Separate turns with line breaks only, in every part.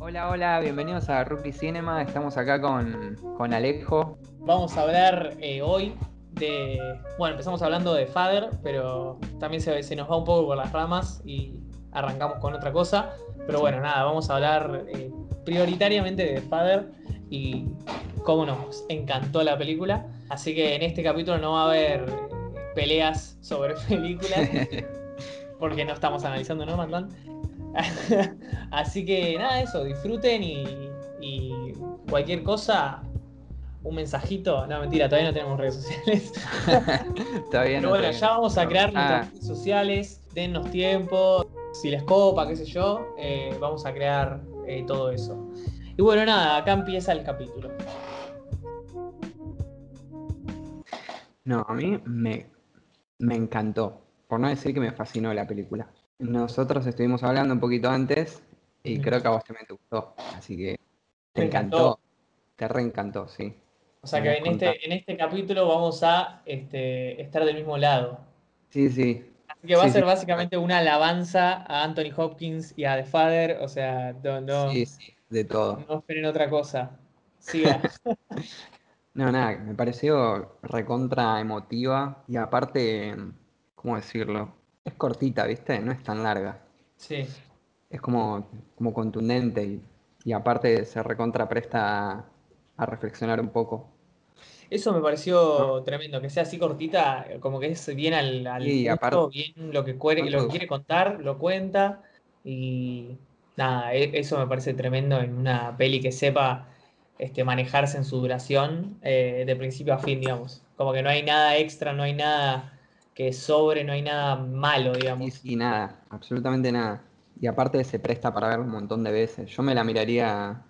Hola, hola, bienvenidos a Rookie Cinema. Estamos acá con, con Alejo.
Vamos a hablar eh, hoy de. Bueno, empezamos hablando de Father, pero también se, se nos va un poco por las ramas y arrancamos con otra cosa. Pero bueno, nada, vamos a hablar eh, prioritariamente de Father y cómo nos encantó la película. Así que en este capítulo no va a haber eh, peleas sobre películas, porque no estamos analizando, ¿no, Matlán? Así que nada, eso, disfruten y, y cualquier cosa, un mensajito. No, mentira, todavía no tenemos redes sociales.
Todavía no.
Pero bueno,
todavía
ya vamos a
no.
crear
Ah.
nuestras redes sociales, dennos tiempo, si les copa, qué sé yo, eh, vamos a crear eh, todo eso. Y bueno, nada, acá empieza el capítulo.
No, a mí me, me encantó. Por no decir que me fascinó la película. Nosotros estuvimos hablando un poquito antes y
Mm.
creo que a vos también te gustó. Así que te
Me
encantó.
encantó.
Te reencantó, sí.
O sea que
Vamos
en
a contar.
este, en este capítulo vamos a este, estar del mismo lado.
Sí, sí.
Así que va
Sí,
a ser
sí.
básicamente una alabanza a Anthony Hopkins y a The Father. O sea, no, no,
Sí, sí, de todo.
no esperen otra cosa. Siga.
No, nada, me pareció recontra emotiva y aparte, ¿cómo decirlo? Es cortita, ¿viste? No es tan larga.
Sí.
es como, como contundente y, y aparte se recontra presta a, a reflexionar un poco.
Eso me pareció tremendo, que sea así cortita, como que es bien al, al
Sí, aparte-
punto, bien lo que, cuere- lo que quiere contar, lo cuenta. Y nada, e- eso me parece tremendo en una peli que sepa este, manejarse en su duración eh, de principio a fin, digamos. Como que no hay nada extra, no hay nada que sobre, no hay nada malo,
Y
digamos.
sí, nada, absolutamente nada. Y aparte se presta para verlo un montón de veces. Yo me la miraría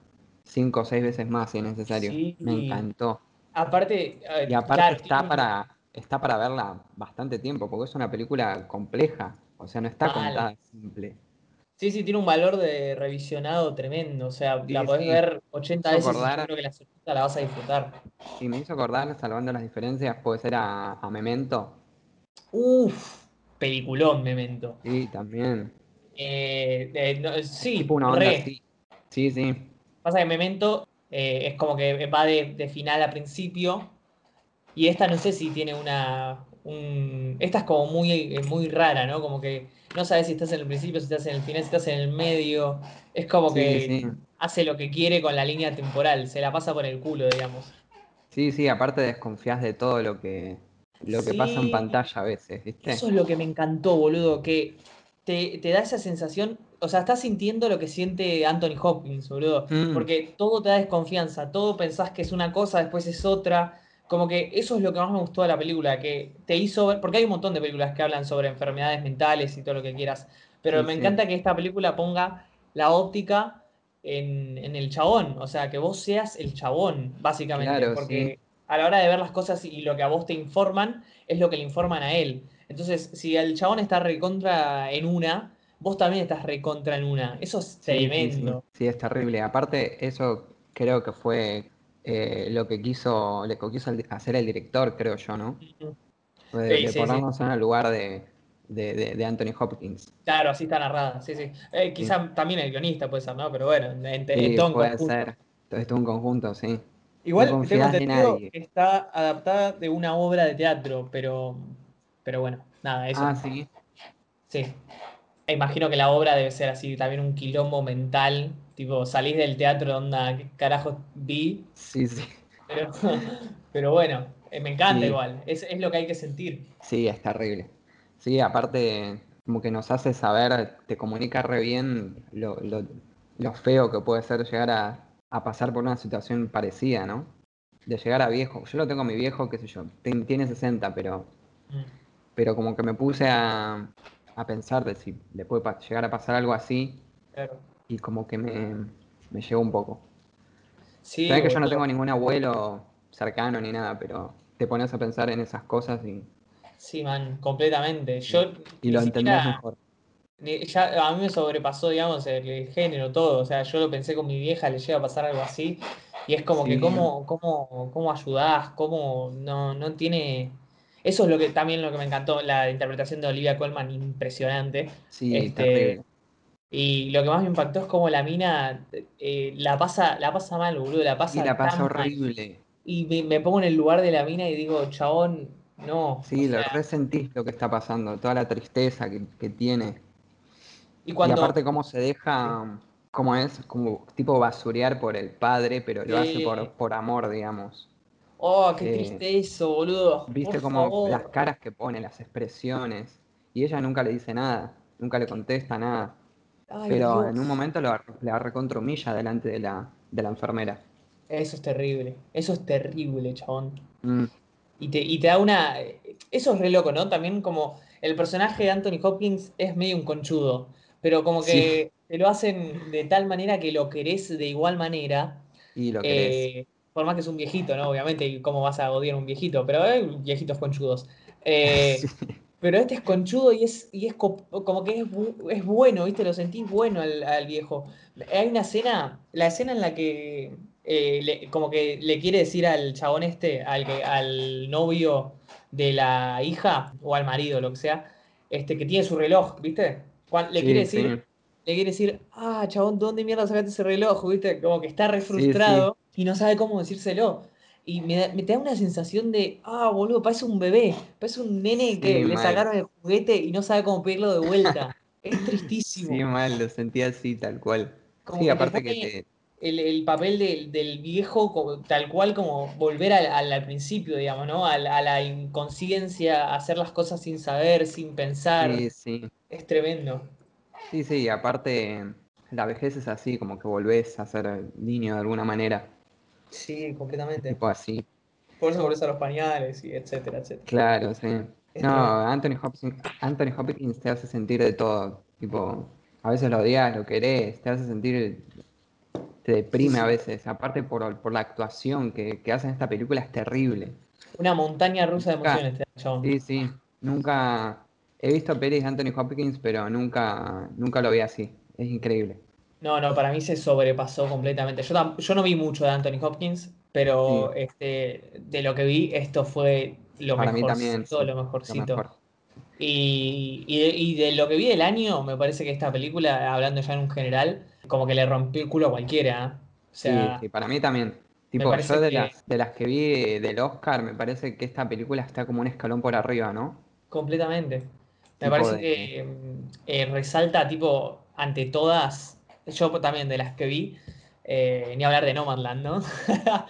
cinco o seis veces más si es necesario.
Sí.
Me encantó.
Aparte, eh,
Y aparte
claro,
está
tiene-
para, está para verla bastante tiempo, porque es una película compleja. O sea, no está
Mal.
contada simple.
Sí, sí, tiene un valor de revisionado tremendo. O sea,
Sí,
la podés
sí.
ver 80 veces y yo
Acordar-
creo que la segunda la vas a disfrutar.
Y me hizo acordar, salvando las diferencias, puede ser a, a Memento.
Uf, peliculón, Memento.
Sí, también.
Eh, eh, no, sí,
Tipo una onda
re.
así. Sí, sí.
Pasa que Memento eh, es como que va de, de final a principio. Y esta no sé si tiene una. un- esta es como muy, eh, muy rara, ¿no? Como que no sabes si estás en el principio, si estás en el final, si estás en el medio. Es como que
Sí, sí.
hace lo que quiere con la línea temporal. Se la pasa por el culo, digamos.
Sí, sí, aparte desconfías de todo lo que, lo que pasa en
Sí.
pantalla a veces, ¿viste?
Eso es lo que me encantó, boludo, que te, te da esa sensación, o sea, estás sintiendo lo que siente Anthony Hopkins, boludo,
Mm.
porque todo te da desconfianza, todo pensás que es una cosa, después es otra, como que eso es lo que más me gustó de la película, que te hizo ver, porque hay un montón de películas que hablan sobre enfermedades mentales y todo lo que quieras, pero
Sí,
me
sí.
encanta que esta película ponga la óptica en, en el chabón, o sea, que vos seas el chabón, básicamente,
Claro, sí.
porque a la hora de ver las cosas y lo que a vos te informan es lo que le informan a él. Entonces, si el chabón está recontra en una, vos también estás recontra en una. Eso es
Sí, sí,
tremendo.
Sí, Sí, es terrible. Aparte, eso creo que fue eh, lo que quiso, lo que quiso el- hacer el director, creo yo, ¿no? De,
Sí,
de
sí,
ponernos en el lugar de, de- de- de Anthony Hopkins.
Claro, así está narrada. Sí, sí. Eh, quizá también el guionista puede ser, ¿no? Pero bueno, en, en
Sí,
todo en
puede
conjunto.
ser. Todo esto un conjunto, sí.
Igual
No
tengo
confías de
entendido
nadie.
que está adaptada de una obra de teatro, pero, pero bueno, nada, eso.
Ah, sí.
Sí. Imagino que la obra debe ser así, también un quilombo mental. Tipo, salís del teatro, onda, ¿qué carajo vi?
Sí, sí.
Pero, pero bueno, eh, me encanta
Sí.
igual. Es, es lo que hay que sentir.
Sí, es terrible. Sí, aparte, como que nos hace saber, te comunica re bien lo, lo- lo feo que puede ser llegar a, a pasar por una situación parecida, ¿no? De llegar a viejo. Yo lo tengo a mi viejo, qué sé yo, ten- tiene 60, pero,
Mm,
pero como que me puse a, a pensar de si le puede pa- llegar a pasar algo así
Claro.
y como que me, me llegó un poco.
Sí,
Sabés que yo no
boludo.
tengo ningún abuelo cercano ni nada, pero te pones a pensar en esas cosas y,
Sí, man, completamente. Yo
y
ni
lo entendés
siquiera-
mejor.
ni- ya a mí me sobrepasó, digamos, el, el género, todo. O sea, yo lo pensé con mi vieja, le llega a pasar algo así. Y es como
Sí.
que cómo, cómo, cómo ayudás, cómo no, no tiene. Eso es lo que también lo que me encantó, la interpretación de Olivia Colman, impresionante.
Sí,
Este,
terrible.
Y lo que más me impactó es cómo la mina eh, la, pasa, la pasa mal, boludo, la pasa,
Y la
tan
pasa
mal.
horrible.
Y me, me pongo en el lugar de la mina y digo, chabón, no.
Sí,
o
lo
sea,
resentís lo que está pasando, toda la tristeza que, que tiene.
y cuando,
Y aparte cómo se deja, cómo es, como tipo basurear por el padre, pero lo hace
Sí.
por, por amor, digamos.
oh, qué
eh,
triste eso, boludo.
Viste
por
como
favor.
las caras que pone, las expresiones. Y ella nunca le dice nada, nunca le contesta nada.
Ay,
pero
Dios.
en un momento lo, la recontromilla delante de la, de la enfermera.
Eso es terrible, eso es terrible, chabón.
Mm,
Y te, y te da una. Eso es re loco, ¿no? También como el personaje de Anthony Hopkins es medio un conchudo, pero como que te lo hacen de tal manera que lo querés de igual manera.
y lo querés.
eh, por más que es un viejito, ¿no? Obviamente, y cómo vas a odiar a un viejito, pero hay viejitos conchudos. Eh,
Sí.
Pero este es conchudo y es, y es co- como que es, bu- es bueno, ¿viste? Lo sentís bueno al, al viejo. Hay una escena, la escena en la que eh, le- como que le quiere decir al chabón este, al, que, al novio de la hija o al marido, lo que sea, este que tiene su reloj, ¿viste? Cuan- le,
Sí,
quiere decir,
sí.
le quiere decir, ah, chabón, ¿dónde mierda sacaste ese reloj? ¿Viste? Como que está re
Sí, sí.
frustrado y no sabe cómo decírselo. Y me, da- me te da una sensación de, ah, boludo, parece un bebé, parece un nene
Sí,
que le
mal.
sacaron el juguete y no sabe cómo pedirlo de vuelta. es
Sí,
tristísimo.
mal, lo sentí así, tal cual.
Como
sí,
que te
aparte que
pone
te,
el, el papel del, del viejo como- tal cual como volver al, al- al principio, digamos, ¿no? A, la- a la inconsciencia, a hacer las cosas sin saber, sin pensar.
sí, sí.
Es tremendo.
Sí, sí, y aparte la vejez es así, como que volvés a ser niño de alguna manera,
Sí, completamente.
tipo así.
Por eso volvés a los pañales y etcétera, etcétera.
Claro, sí.
Es
No,
tremendo.
Anthony Hopkins, Anthony Hopkins te hace sentir de todo, tipo, a veces lo odias, lo querés, te hace sentir, te deprime a veces, aparte por, por la actuación que, que hacen en esta película es terrible.
Una montaña rusa de
Nunca-
emociones, te da, chabón.
Sí, sí, nunca he visto pelis de Anthony Hopkins, pero nunca, nunca lo vi así, es increíble.
No, no, para mí se sobrepasó completamente. Yo, tam- yo no vi mucho de Anthony Hopkins, pero este, de lo que vi, esto fue lo
Para mí
mejorcito,
también, sí,
lo
Lo
mejorcito.
mejor.
Y, y de, y de lo que vi del año, me parece que esta película, hablando ya en un general, como que le rompió el culo a cualquiera. ¿eh? O
Sí,
sea,
sí, para mí también. Tipo,
parece
yo de,
que-
las, de las que vi del Oscar, me parece que esta película está como un escalón por arriba, ¿no?
completamente. Me
Tipo
parece
de-
que mm, eh, resalta, tipo, ante todas, yo también de las que vi, eh, ni hablar de Nomadland, ¿no?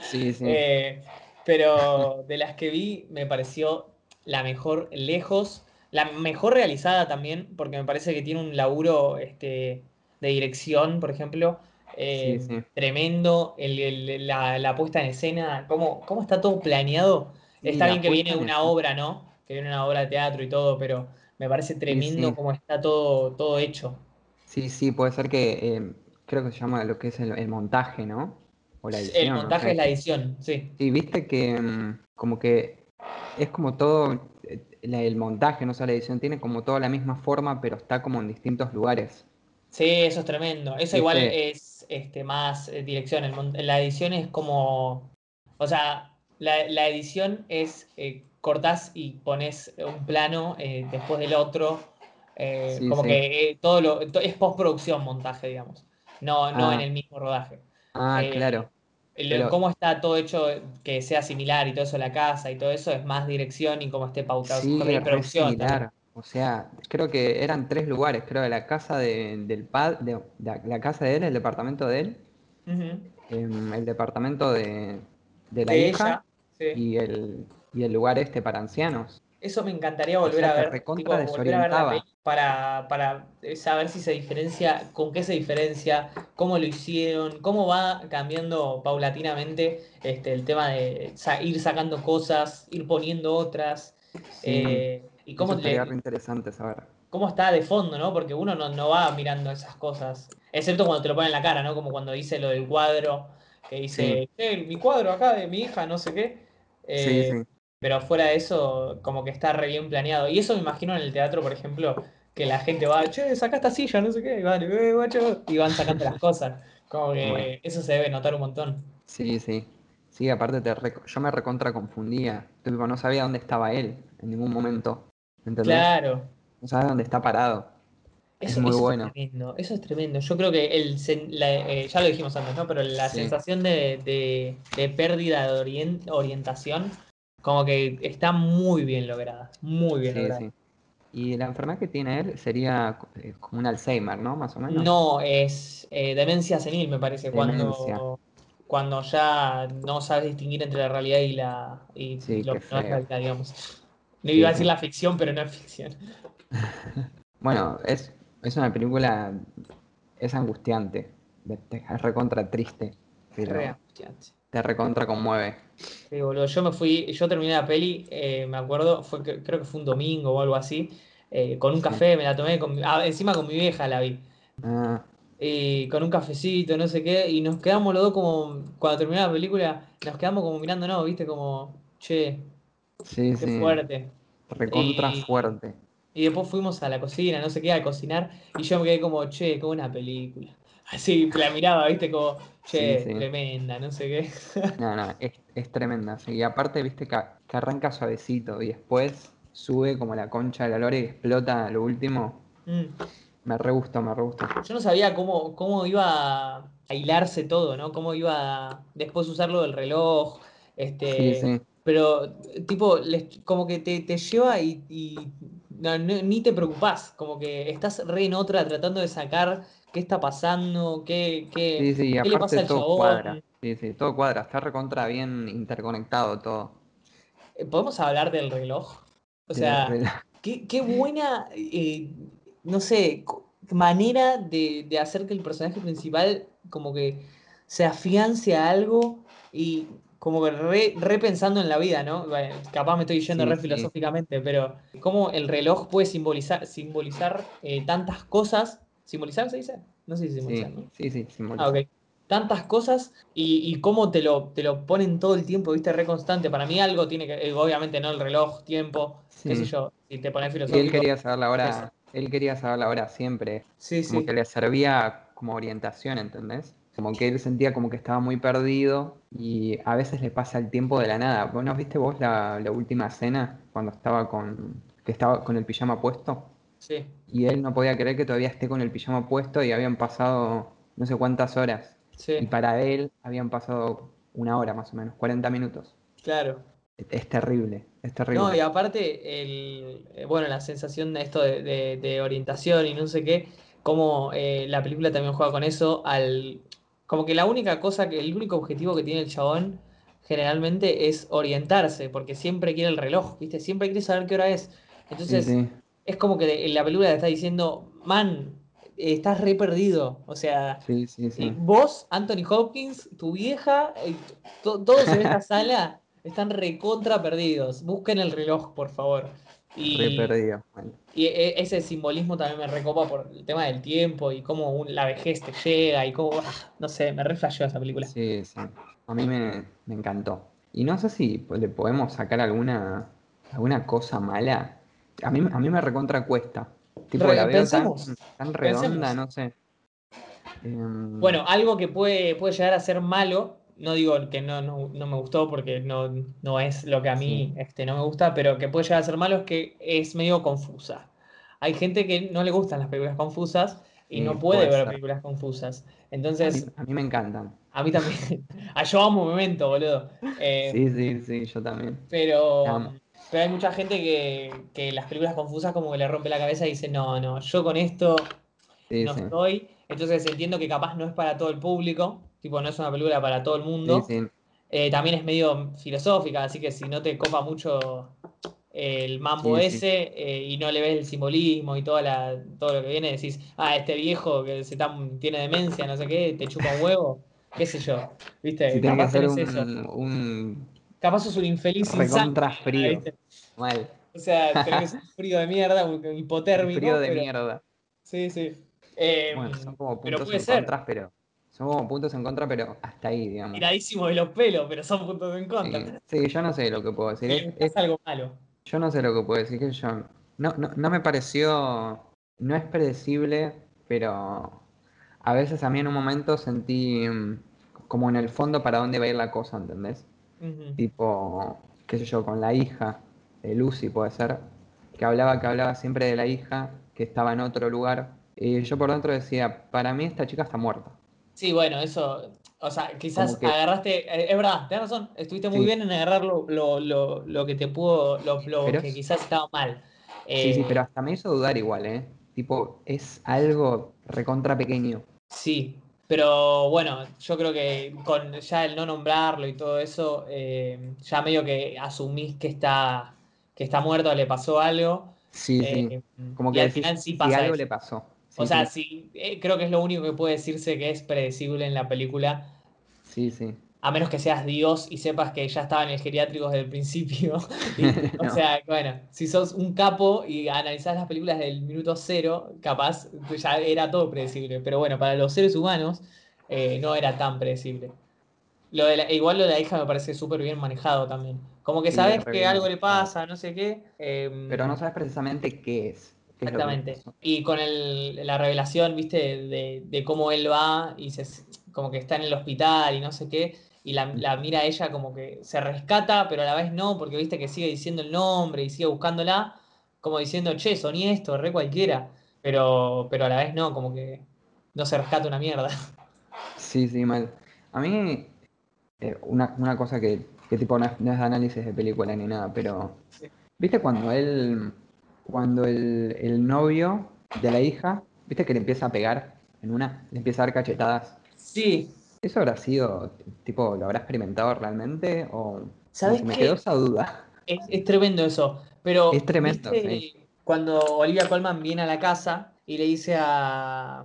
Sí, sí.
Eh, pero de las que vi, me pareció la mejor lejos, la mejor realizada también, porque me parece que tiene un laburo este, de dirección, por ejemplo, eh,
Sí, sí.
tremendo, el- el- la, la puesta en escena, cómo, cómo está todo planeado.
Sí,
está
la
bien que viene
puesta en
una
escena.
obra, ¿no? Que viene una obra de teatro y todo, pero me parece tremendo
sí.
cómo está todo, todo hecho.
Sí, sí, puede ser que, eh, creo que se llama lo que es el, el montaje, ¿no? O la edición.
el
no
montaje
sé.
es la edición, sí.
Sí, viste que mm, como que es como todo, eh, la- el montaje, no sé, la edición tiene como toda la misma forma, pero está como en distintos lugares.
Sí, eso es tremendo. Eso igual
Viste.
es este, más eh, dirección. El mon- la edición es como. O sea, la, la edición es eh, cortás y pones un plano eh, después del otro. eh,
Sí,
como
sí.
que eh, todo lo. to- es postproducción, montaje, digamos. No, no en
Ah.
el mismo rodaje.
Ah,
Eh,
claro.
El-
Pero-
Cómo está todo hecho, eh, que sea similar y todo eso, la casa y todo eso, es más dirección y cómo esté pautado.
Sí,
Con la
re
producción también.
similar. O sea, creo que eran tres lugares, creo, de la casa de, del pad, de, de la casa de él, el departamento de él,
Ujú.
em, el departamento de, de la
De
hija
ella, sí.
y el, y el lugar este para ancianos.
Eso me encantaría
O
volver
sea,
a
te
ver,
recontra
tipo, volver a ver la
desorientaba.
peli para, para eh, saber si se diferencia, con qué se diferencia, cómo lo hicieron, cómo va cambiando paulatinamente este, el tema de sa- ir sacando cosas, ir poniendo otras,
Sí,
eh, y cómo,
eso
le-
estaría re interesante saber.
cómo está de fondo, ¿no? Porque uno no, no va mirando esas cosas, excepto cuando te lo ponen en la cara, ¿no? Como cuando dice lo del cuadro, que dice, "Che, mi cuadro acá de mi hija, no sé qué. Eh,
sí, sí.
pero fuera de eso, como que está re bien planeado. Y eso me imagino en el teatro, por ejemplo, que la gente va, che, saca esta silla, no sé qué, y van, "Eh, guacho", y van sacando las cosas. Como que
Bueno.
eso se debe notar un montón.
Sí, sí. Sí, aparte te re- yo me recontra confundía. Tipo, no sabía dónde estaba él. en ningún momento. ¿Entendés?
Claro.
No sabes dónde está parado. Es muy
eso
bueno.
tremendo, eso es tremendo. Yo creo que el, sen- la- eh, ya lo dijimos antes, ¿no? Pero la
Sí.
sensación de, de- de pérdida de orien- orientación, como que está muy bien lograda. Muy bien
Sí,
lograda.
sí. Y la enfermedad que tiene él sería eh, como un Alzheimer, ¿no? Más o menos.
No, es eh, demencia senil, me parece,
Demencia.
cuando, cuando ya no sabes distinguir entre la realidad y, la, y
Sí,
lo
qué
que no es
feo.
realidad, digamos. No
Sí,
iba a
sí.
decir la ficción, pero no es ficción.
Bueno, es, es una película. Es angustiante. de- te- Es recontra triste. Pero
Re angustiante.
te recontra conmueve.
Sí, boludo, yo me fui, yo terminé la peli, eh, me acuerdo, fue, que- creo que fue un domingo o algo así, eh, con un
Sí.
café, me la tomé, con mi- ah, encima con mi vieja la vi,
Ah,
y con un cafecito, no sé qué, y nos quedamos los dos como, cuando terminó la película, nos quedamos como mirándonos, viste, como, che,
sí,
qué
sí.
fuerte.
Recontra
Y-
fuerte.
Y después fuimos a la cocina, no sé qué, a cocinar, y yo me quedé como, che, como una película. Así, la miraba, viste, como, che,
Sí, sí.
tremenda, no sé qué.
No, no, es, es tremenda. sí. Y aparte, viste que, que arranca suavecito y después sube como la concha de la lora y explota lo último.
Mm.
Me re gustó, me re gustó.
Yo no sabía cómo, cómo iba a hilarse todo, ¿no? Cómo iba a después usarlo del reloj,
Sí,
este,
sí.
pero tipo, les- como que te, te lleva y, y no- no- ni te preocupás, como que estás re en otra tratando de sacar qué está pasando, qué, qué,
Sí, sí, y
¿Qué le pasa
aparte
al
todo
chabón?
cuadra. Sí, sí, todo cuadra. Está recontra bien interconectado todo.
Eh, ¿Podemos hablar del reloj?
De
O
la
sea,
rela-
qué, qué buena, eh, no sé, co- manera de, de hacer que el personaje principal como que se afiance a algo y como que re- repensando en la vida, ¿no? Bueno, capaz me estoy yendo
Sí,
re
sí.
filosóficamente, pero cómo el reloj puede simbolizar, simbolizar eh, tantas cosas. ¿Simbolizar se dice? No sé si simbolizar, ¿no?
Sí, sí, sí, simboliza.
Ah, ok. Tantas cosas y, y cómo te lo, te lo ponen todo el tiempo, viste, re constante. Para mí algo tiene que, eh, obviamente no el reloj, tiempo, qué sé
Sí.
yo, si te
Y él
pones filosófico.
quería saber la hora, él quería saber la hora siempre.
Sí,
Como
sí.
que le servía como orientación, ¿entendés? Como que él sentía como que estaba muy perdido y a veces le pasa el tiempo de la nada. ¿Vos no viste vos la, la última cena cuando estaba con, que estaba con el pijama puesto?
sí.
Y él no podía creer que todavía esté con el pijama puesto y habían pasado no sé cuántas horas.
Sí,
Y para él habían pasado una hora más o menos, 40 minutos.
claro.
Es- Es terrible, es terrible.
No, y aparte, el, eh, bueno, la sensación de esto de, de- de orientación y no sé qué, como eh, la película también juega con eso, al, como que la única cosa, que el único objetivo que tiene el chabón generalmente es orientarse, porque siempre quiere el reloj, ¿viste? Siempre quiere saber qué hora es.
Sí,
Entonces,
sí.
es como que la película te está diciendo, man, estás re perdido. O sea,
Sí, sí, sí.
y vos, Anthony Hopkins, tu vieja, eh, to- todos en esta sala están recontra perdidos. Busquen el reloj, por favor. Y,
Re perdido. Bueno,
y e- ese simbolismo también me recopa por el tema del tiempo y cómo un- la vejez te llega y cómo, ah, no sé, me re flasheó esa película.
sí, sí. A mí me, me encantó. Y no sé si po- le podemos sacar alguna, alguna cosa mala. A mí, a mí me recontra cuesta. Tipo,
Re-
la veo tan,
pensemos,
tan redonda,
pensemos.
no sé. Em,
Bueno, algo que puede, puede llegar a ser malo, no digo que no, no, no me gustó porque no, no es lo que a mí este, no me gusta, pero que puede llegar a ser malo es que es medio confusa. Hay gente que no le gustan las películas confusas y
Sí,
no puede
Mm, puede
ver
ser.
películas confusas.
a
Entonces,
mí, a mí me encantan.
a mí también. a yo amo un momento, boludo. Eh,
Sí, sí, sí, yo también.
pero,
Amo.
pero hay mucha gente que, que las películas confusas como que le rompe la cabeza y dice, no, no, yo con esto
Sí,
no
sí.
estoy. Entonces entiendo que capaz no es para todo el público, tipo, no es una película para todo el mundo.
Sí, sí.
Eh, también es medio filosófica, así que si no te copa mucho el mambo
Sí, sí.
ese eh, y no le ves el simbolismo y toda la, todo lo que viene, decís, ah, este viejo que se está- tiene demencia, no sé qué, te chupa un huevo, qué sé yo. ¿Viste?
Si tiene que
eh, capaz
hacer
tenés
un,
eso.
un
Capaz sos un infeliz sin sangre,
recontra frío.
¿viste?
Mal.
O sea, tenés un frío de mierda, un hipotérmico.
Frío de
pero-
mierda.
Sí, sí. Eh,
Bueno, son como
pero
puntos
puede
en
ser.
contra, pero. Son como puntos en contra, pero hasta ahí, digamos.
tiradísimo de los pelos, pero son puntos en contra.
Sí, sí, yo no sé lo que puedo decir.
es,
Es- es-
algo malo.
yo no sé lo que puedo decir. Que yo, no, no, no me pareció. No es predecible, pero. A veces a mí en un momento sentí mm, como en el fondo para dónde va a ir la cosa, ¿entendés?
Ujú.
Tipo, qué sé yo, con la hija. eh, Lucy puede ser, que hablaba, que hablaba siempre de la hija, que estaba en otro lugar. Y yo por dentro decía, para mí esta chica está muerta.
Sí, bueno, eso. O sea, quizás
Como que-
agarraste. eh, Es verdad, tenés razón. Estuviste muy
Sí.
bien en agarrar lo, lo- lo- lo que te pudo. Lo, lo
Pero
que
es-
quizás estaba mal.
Sí, sí,
Eh,
pero hasta me hizo dudar igual, ¿eh? Tipo, es algo recontra pequeño.
Sí, pero bueno, yo creo que con ya el no nombrarlo y todo eso, eh, ya medio que asumís que está, que está muerto, le pasó algo.
Sí, sí.
eh,
Como
y
que
al
decís,
final sí
"Si
pasa
algo
eso.
le pasó.
O
Sí,
sea,
sí,
sí, eh, creo que es lo único que puede decirse que es predecible en la película.
sí, sí.
A menos que seas Dios y sepas que ya estaba en el geriátrico desde el principio. Y, O
No.
sea, bueno, si sos un capo y analizás las películas del minuto cero, capaz ya era todo predecible. Pero bueno, para los seres humanos eh, no era tan predecible. Lo de la- igual lo de la hija me parece súper bien manejado también. Como que
Sí,
sabes
re
que
bien
algo le
manejado.
pasa, no sé qué. em,
Pero no sabes precisamente qué es. qué es lo que le
Exactamente.
pasó.
Y con el- la revelación, viste, de, de cómo él va y se, como que está en el hospital y no sé qué, y la, la mira a ella como que se rescata, pero a la vez no, porque viste que sigue diciendo el nombre y sigue buscándola, como diciendo, che, soní esto, re cualquiera, pero, pero a la vez no, como que no se rescata una mierda.
Sí, sí, mal. A mí, eh, una, una cosa que, que tipo no es, no es de análisis de película ni nada, pero.
Sí.
¿Viste cuando él. Cuando el, el novio de la hija, ¿viste que le empieza a pegar en una? Le empieza a dar cachetadas.
Sí,
¿Eso habrá sido, tipo, lo habrá experimentado realmente? O como
¿sabes
que me
qué?
quedó esa duda.
Es, es tremendo eso. Pero.
Es tremendo,
¿viste
sí.
Cuando Olivia Colman viene a la casa y le dice a.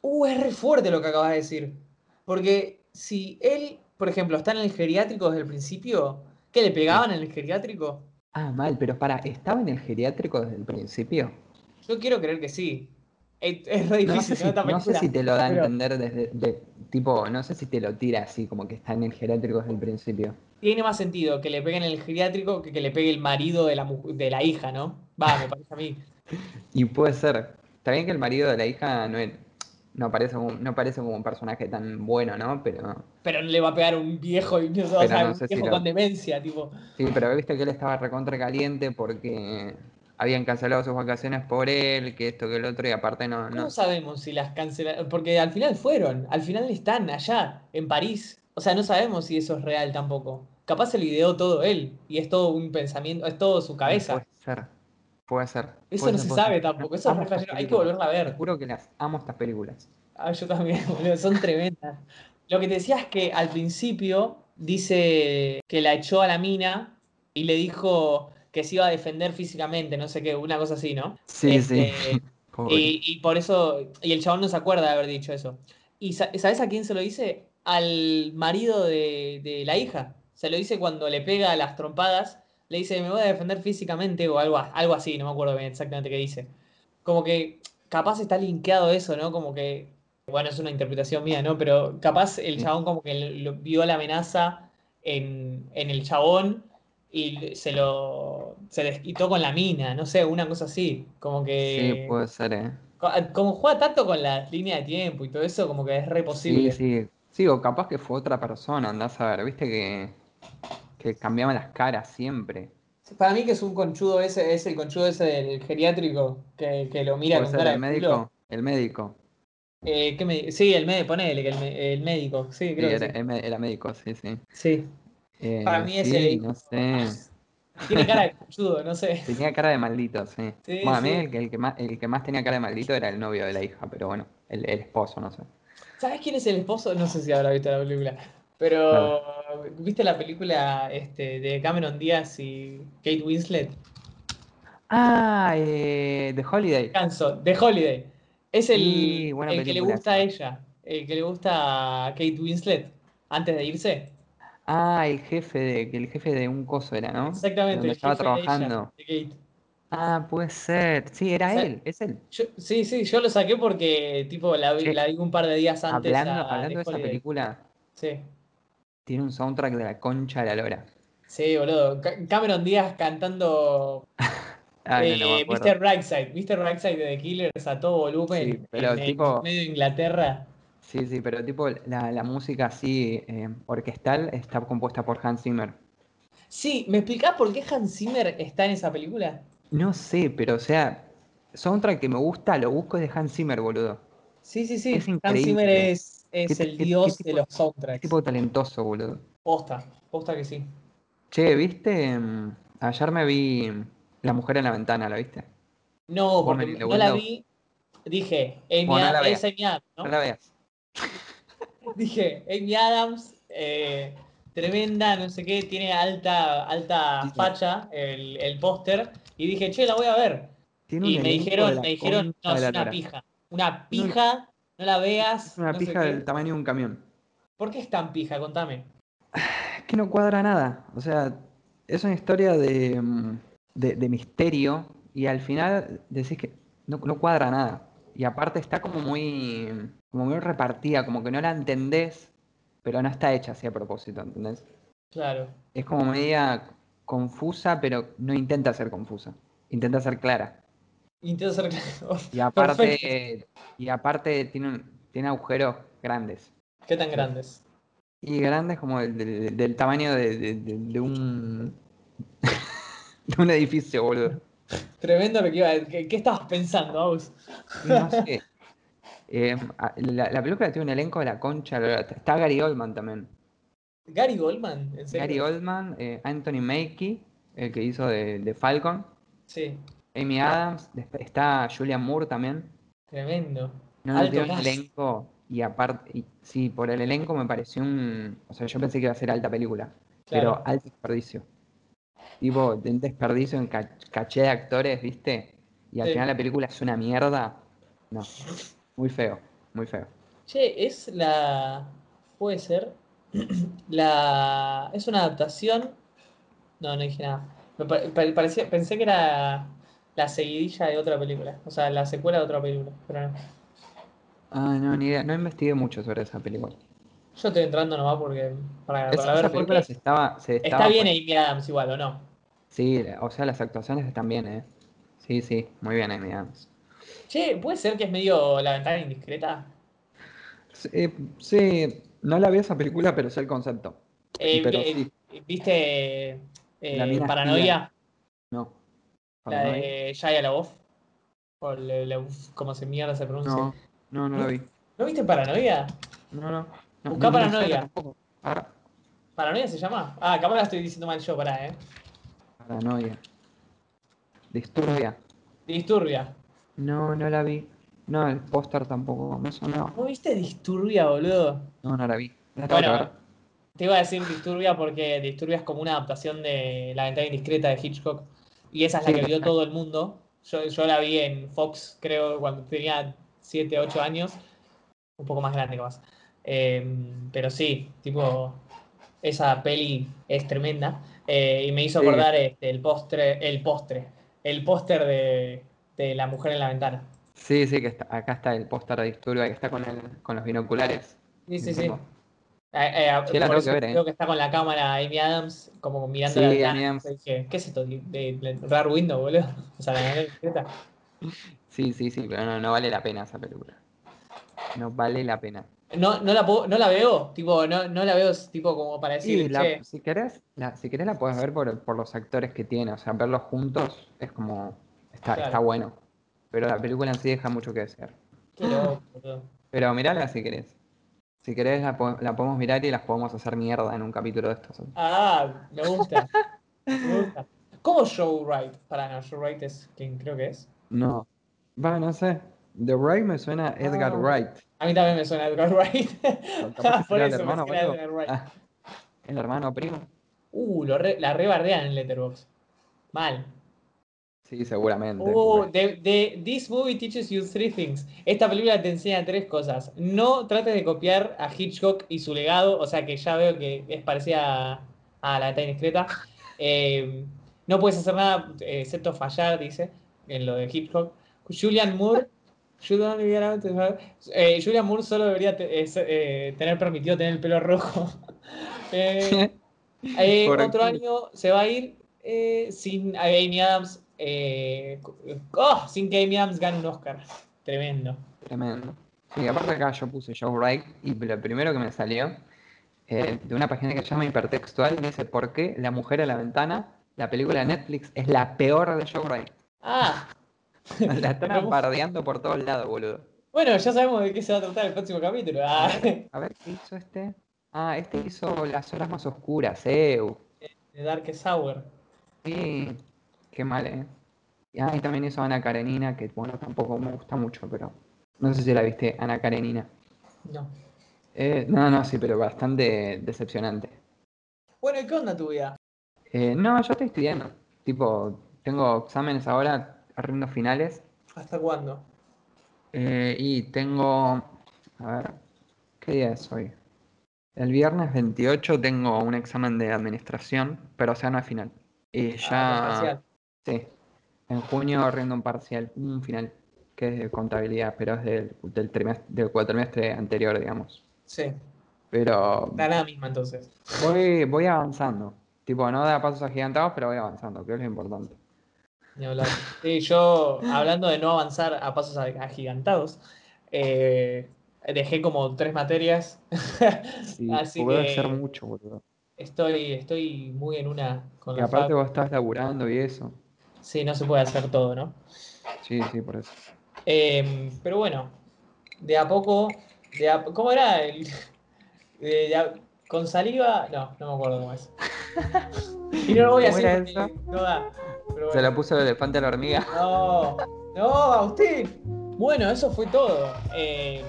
Uh, es re fuerte lo que acabas de decir. Porque si él, por ejemplo, está en el geriátrico desde el principio, ¿qué le pegaban en el geriátrico?
Ah, mal, pero para, ¿estaba en el geriátrico desde el principio?
Yo quiero creer que sí. Es, es re difícil.
No sé, si,
¿no? Esta
no sé
película.
si te lo da a
Pero
entender desde, de- tipo, no sé si te lo tira así, como que está en el geriátrico desde el principio.
Tiene más sentido que le peguen en el geriátrico que que le pegue el marido de la, mu- de la hija, ¿no? Va, me parece a mí.
Y puede ser, está bien que el marido de la hija no, es- no, aparece, como- no parece como un personaje tan bueno, ¿no? Pero
Pero no le va a pegar un viejo, y- o
Pero
sea,
no
un
sé si
viejo
lo-
con demencia, tipo.
sí, pero viste que él estaba recontra caliente porque habían cancelado sus vacaciones por él, que esto, que el otro, y aparte no...
¿Cómo
no
sabemos si las cancelaron? Porque al final fueron, al final están allá, en París. O sea, no sabemos si eso es real tampoco. Capaz se lo ideó todo él y es todo un pensamiento, es todo su cabeza.
Puede ser, puede ser.
Eso
puede ser,
no se
puede
sabe
ser.
tampoco, eso es
Amo
re
estas
flashero, hay que
películas,
volverla a ver.
Te juro que las amo estas películas.
Ah, yo también, boludo, son tremendas. Lo que te decía es que al principio dice que la echó a la mina y le dijo que se iba a defender físicamente, no sé qué, una cosa así, ¿no?
Sí, sí.
Este,
Pobre.
Y, y por eso, y el chabón no se acuerda de haber dicho eso. ¿Y sa- sabes a quién se lo dice? Al marido de, de la hija. Se lo dice cuando le pega las trompadas, le dice, me voy a defender físicamente o algo, a- algo así, no me acuerdo bien exactamente qué dice. Como que capaz está linkeado eso, ¿no? Como que, bueno, es una interpretación mía, ¿no? Pero capaz el
Sí.
chabón como que lo- vio la amenaza en, en el chabón y se lo se desquitó con la mina, no sé, una cosa así. Como que...
Sí, puede ser, ¿eh?
Co- Como juega tanto con la línea de tiempo y todo eso, como que es re
Sí,
posible.
sí. Sí, o capaz que fue otra persona, andás a ver, viste que, que cambiaban las caras siempre.
Para mí que es un conchudo ese, es el conchudo ese del geriátrico, que, que lo mira
Puede ser
con cara
el
de culo.
médico, el médico.
Eh, ¿qué me- Sí, el médico, ponele, que el, me- el médico, sí,
Sí,
creo
era,
que sí.
el me- era médico, sí, sí.
Sí.
Eh,
Para mí es
sí,
el-
no sé. Mm.
Tiene cara de conchudo, no sé.
Tenía cara de maldito, sí.
Sí,
Bueno, a mí
sí.
el que, el que más, el que más tenía cara de maldito era el novio de la hija, pero bueno, el, el esposo, no sé.
¿Sabes quién es el esposo? No sé si habrá visto la película. Pero, ¿viste la película este, de Cameron Díaz y Kate Winslet?
Ah, eh, The Holiday.
Canso, The Holiday. Es el,
Sí, buena
el que le
película
gusta a
esa.
ella, el que le gusta a Kate Winslet antes de irse.
Ah, el jefe de, que el jefe de un coso era, ¿no?
Exactamente,
Donde
el
estaba
jefe de ella,
trabajando.
de Kate.
Ah, puede ser. Sí, era
sea,
él, es él.
Yo- sí, sí, yo lo saqué porque tipo la vi,
Che,
la vi un par de días antes
Hablando,
a
hablando de
The
esa
Holiday.
película,
Sí.
tiene un soundtrack de la concha de la lora.
Sí, boludo. Ca- Cameron Díaz cantando
Ah, no, no me
eh,
acuerdo.
Mr. Brightside. Mr. Brightside de The Killers a todo volumen
Sí, pero
en el
tipo-
medio de Inglaterra.
Sí, sí, pero tipo la, la música así eh, orquestal está compuesta por Hans Zimmer.
Sí, ¿me explicás por qué Hans Zimmer está en esa película?
No sé, pero o sea, soundtrack que me gusta, lo busco es de Hans Zimmer, boludo.
Sí, sí, sí.
Es
Hans
increíble.
Zimmer es, es
¿Qué-
el
qué-
dios
qué
de
tipo-
los
Qué
soundtracks.
tipo talentoso, boludo.
Posta, posta que sí.
Che, ¿viste? Mm, Ayer me vi mm, La mujer en la ventana, ¿la viste?
No, porque
Woman in the
no la
Window.
vi. Dije, Amy
Bueno, no la
Ad-
veas.
es Amy Adams, ¿no?
No la veas.
Dije, Amy Adams, eh, tremenda, no sé qué, tiene alta, alta
Sí.
facha el, el póster. Y dije, che, la voy a ver.
Tiene un
Y me
elenco de
dijeron,
la
me dijeron,
concha
no,
de
es
la
una
lora.
pija. Una pija, no la veas.
Es una
no sé
pija
qué.
del tamaño de un camión.
¿Por qué es tan pija? Contame.
Es que no cuadra nada. O sea, es una historia de, mm, de, de misterio y al final decís que no, no cuadra nada. Y aparte está como muy, como muy repartida, como que no la entendés, pero no está hecha así a propósito, ¿entendés?
Claro.
Es como media confusa, pero no intenta ser confusa. Intenta ser clara.
Intento ser claro.
Y aparte, y aparte tiene, un- tiene agujeros grandes.
¿Qué tan grandes?
Y grandes como el, del- del- del tamaño de, de- de- de un. de un edificio, boludo.
Tremendo lo que iba a ¿Qué, qué estabas pensando, Aus?
No sé. Eh, a- la, la película tiene un elenco de la concha. la- Está Gary Oldman también.
Gary Goldman, en serio.
Gary Oldman, eh, Anthony Mackey, el que hizo de, de Falcon.
Sí,
Amy Adams, desp- está Julian Moore también.
tremendo.
No, no,
Alto
tiene un
cast.
elenco. Y aparte, y- sí, por el elenco me pareció un. O sea, yo pensé que iba a ser alta película.
Claro.
Pero alto desperdicio. Tipo, de un desperdicio en ca- caché de actores, ¿viste? Y al
Sí.
final la película es una mierda. No. Muy feo, muy feo.
Che, es la. Puede ser. La. Es una adaptación. No, no dije nada. Me pa- pa- parecía- pensé que era la seguidilla de otra película. O sea, la secuela de otra película. Pero no.
Ah, no, ni idea. No investigué mucho sobre esa película.
Yo estoy entrando nomás porque. Para,
Es-
para
esa
ver.
película
porque
se estaba, se
Está
estaba
bien
poni-
Amy Adams igual, ¿o no?
Sí, la- o sea, las actuaciones están bien, ¿eh? Sí, sí, muy bien, Amy Adams.
Che, ¿puede ser que es medio la ventana indiscreta?
Sí, eh, sí, no la vi esa película, pero sé el concepto.
Eh,
Pero
vi-
sí.
eh, ¿Viste eh,
La mina
Paranoia?
No.
La
Paranoia.
de Shia LaBeouf. O le- LaBeouf, como se mierda se pronuncia.
No, no, no la vi.
¿No viste Paranoia?
No, no. no
Buscá
ni- ni la
Paranoia.
saga tampoco. Par-
¿Paranoia se llama? Ah, capaz la estoy diciendo mal yo, pará, eh.
Paranoia. Disturbia.
Disturbia.
No, no la vi. No, el póster tampoco me sonaba.
¿No viste Disturbia, boludo?
No, no la vi. La tengo que
Bueno,
ver.
te iba a decir Disturbia porque Disturbia es como una adaptación de La ventana indiscreta de Hitchcock. Y esa es la
Sí,
que vio
perfecto.
todo el mundo. Yo, yo la vi en Fox, creo, cuando tenía 7, 8 años. Un poco más grande que más. pero sí, tipo, esa peli es tremenda. Eh, y me hizo
Sí.
acordar este, el postre, el postre, el póster de, de La mujer en la ventana.
Sí, sí, que está- acá está el póster de Disturbia que está con, el, con los binoculares.
Sí, sí, sí.
Encima.
Eh, eh,
Sí, la
por
tengo
eso
que ver, eh.
creo que está con la cámara Amy Adams, como mirando
Sí,
la ventana.
Amy Adams.
Yo Dije, ¿qué es esto? ¿De, de- de Rare Window, boludo? O sea, la ventana discreta.
Sí, sí, sí, pero no, no vale la pena esa película. No vale la pena.
No, no, la puedo- no la veo, tipo, no, no la veo tipo como para decir,
Y la-
che,
si querés, la, si querés la puedes ver por, por los actores que tiene, o sea, verlos juntos es como, está,
Claro.
está bueno. Pero la película en sí deja mucho que desear.
qué loco, boludo.
Pero mirala si querés. Si querés la, po- la podemos mirar y las podemos hacer mierda en un capítulo de estos.
Ah, me gusta. me gusta. ¿Cómo Joe Wright? Para no, Joe Wright es quien creo que es.
No. Va, no sé. The Wright me suena a Edgar
Ah.
Wright.
A mí también me suena Edgar Wright.
capaz que
Por
era el
eso me
hermano,
suena
boludo.
Edgar Wright.
Ah, el hermano primo.
Uh, lo re- la rebardean en Letterboxd. Mal.
Sí, seguramente.
Oh, de, de- this movie teaches you three things. Esta película te enseña tres cosas. No trates de copiar a Hitchcock y su legado, o sea que ya veo que es parecida a, a la ventana discreta. Eh, no puedes hacer nada eh, excepto fallar, dice, en lo de Hitchcock. Julian Moore. Julian Moore- eh, Julian Moore solo debería te- eh, ser- eh, tener permitido tener el pelo rojo. Eh, eh,
Por
otro
aquí.
año se va a ir eh, sin a Amy Adams. eh, oh, sin que Amy Adams gane un Oscar. Tremendo.
Tremendo. Sí, aparte acá yo puse Joe Wright y lo primero que me salió eh, de una página que se llama Hipertextual, dice por qué La Mujer a la Ventana, la película de Netflix, es la peor de Joe Wright.
Ah,
La están bardeando por todos lados, boludo.
bueno, ya sabemos de qué se va a tratar el próximo capítulo. Ah,
A ver, ¿qué hizo este? Ah, este hizo Las Horas Más Oscuras, Ew.
de Darkest Hour.
Sí, qué mal, ¿eh? Y ah, y también hizo Ana Karenina, que bueno, tampoco me gusta mucho, pero no sé si la viste, Ana Karenina.
No.
Eh, no, no, sí, pero bastante decepcionante.
Bueno, ¿y qué onda tu vida?
Eh, no, yo estoy estudiando. Tipo, tengo exámenes ahora, rindo finales.
¿Hasta cuándo?
eh, y tengo. A ver, ¿qué día es hoy? El viernes 28 tengo un examen de administración, pero o sea, no es final. Y
Ah,
ya.
parcial.
Sí. En junio rindo un parcial, un final, que es de contabilidad, pero es del, del, trimestre, del cuatrimestre anterior, digamos.
Sí,
Pero
da la misma entonces.
voy, voy avanzando. Tipo, no da pasos agigantados, pero voy avanzando, que es lo importante.
Ni hablar. Sí, yo, hablando de no avanzar a pasos ag- agigantados, eh, dejé como tres materias.
Sí,
Así
puedo
que-
hacer mucho, boludo.
Estoy, estoy muy en una con
Y
la
aparte
facu.
vos estás laburando y eso.
Sí, no se puede hacer todo, ¿no?
Sí, sí, por eso.
Eh, pero bueno, de a poco, de a- ¿cómo era? El, de- de a- con saliva, no, no me acuerdo cómo es. Y no lo voy a
¿Cómo era
hacer porque no da. Pero
Se
bueno.
la puso el elefante a la hormiga.
No, no, Agustín. Bueno, eso fue todo. Eh,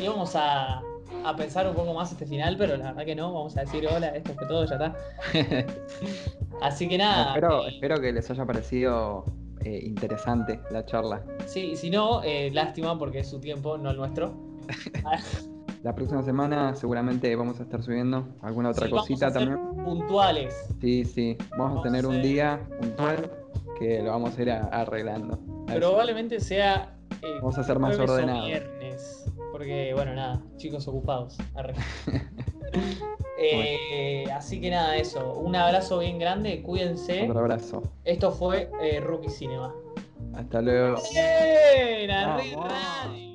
íbamos a, a pensar un poco más este final, pero la verdad que no. Vamos a decir hola, esto fue todo, ya está. Así que nada.
espero,
eh,
espero que les haya parecido eh, interesante la charla.
Sí, y si no, eh, lástima porque es su tiempo, no el nuestro.
La próxima semana seguramente vamos a estar subiendo alguna otra
Sí, vamos a
cosita
hacer
también.
Puntuales.
Sí, sí. Vamos
Vamos
a tener
a
un
hacer-
día puntual que lo vamos a ir a- arreglando. A ver si-
Probablemente sea. eh,
Vamos a ser más
jueves o
ordenados.
viernes. Porque, bueno, nada, chicos ocupados. Arre. Eh, así que nada, eso. Un abrazo bien grande, cuídense.
Otro abrazo.
Esto fue eh, Rookie Cinema.
Hasta luego.
¡Bien! Arre
Vamos.
Radio.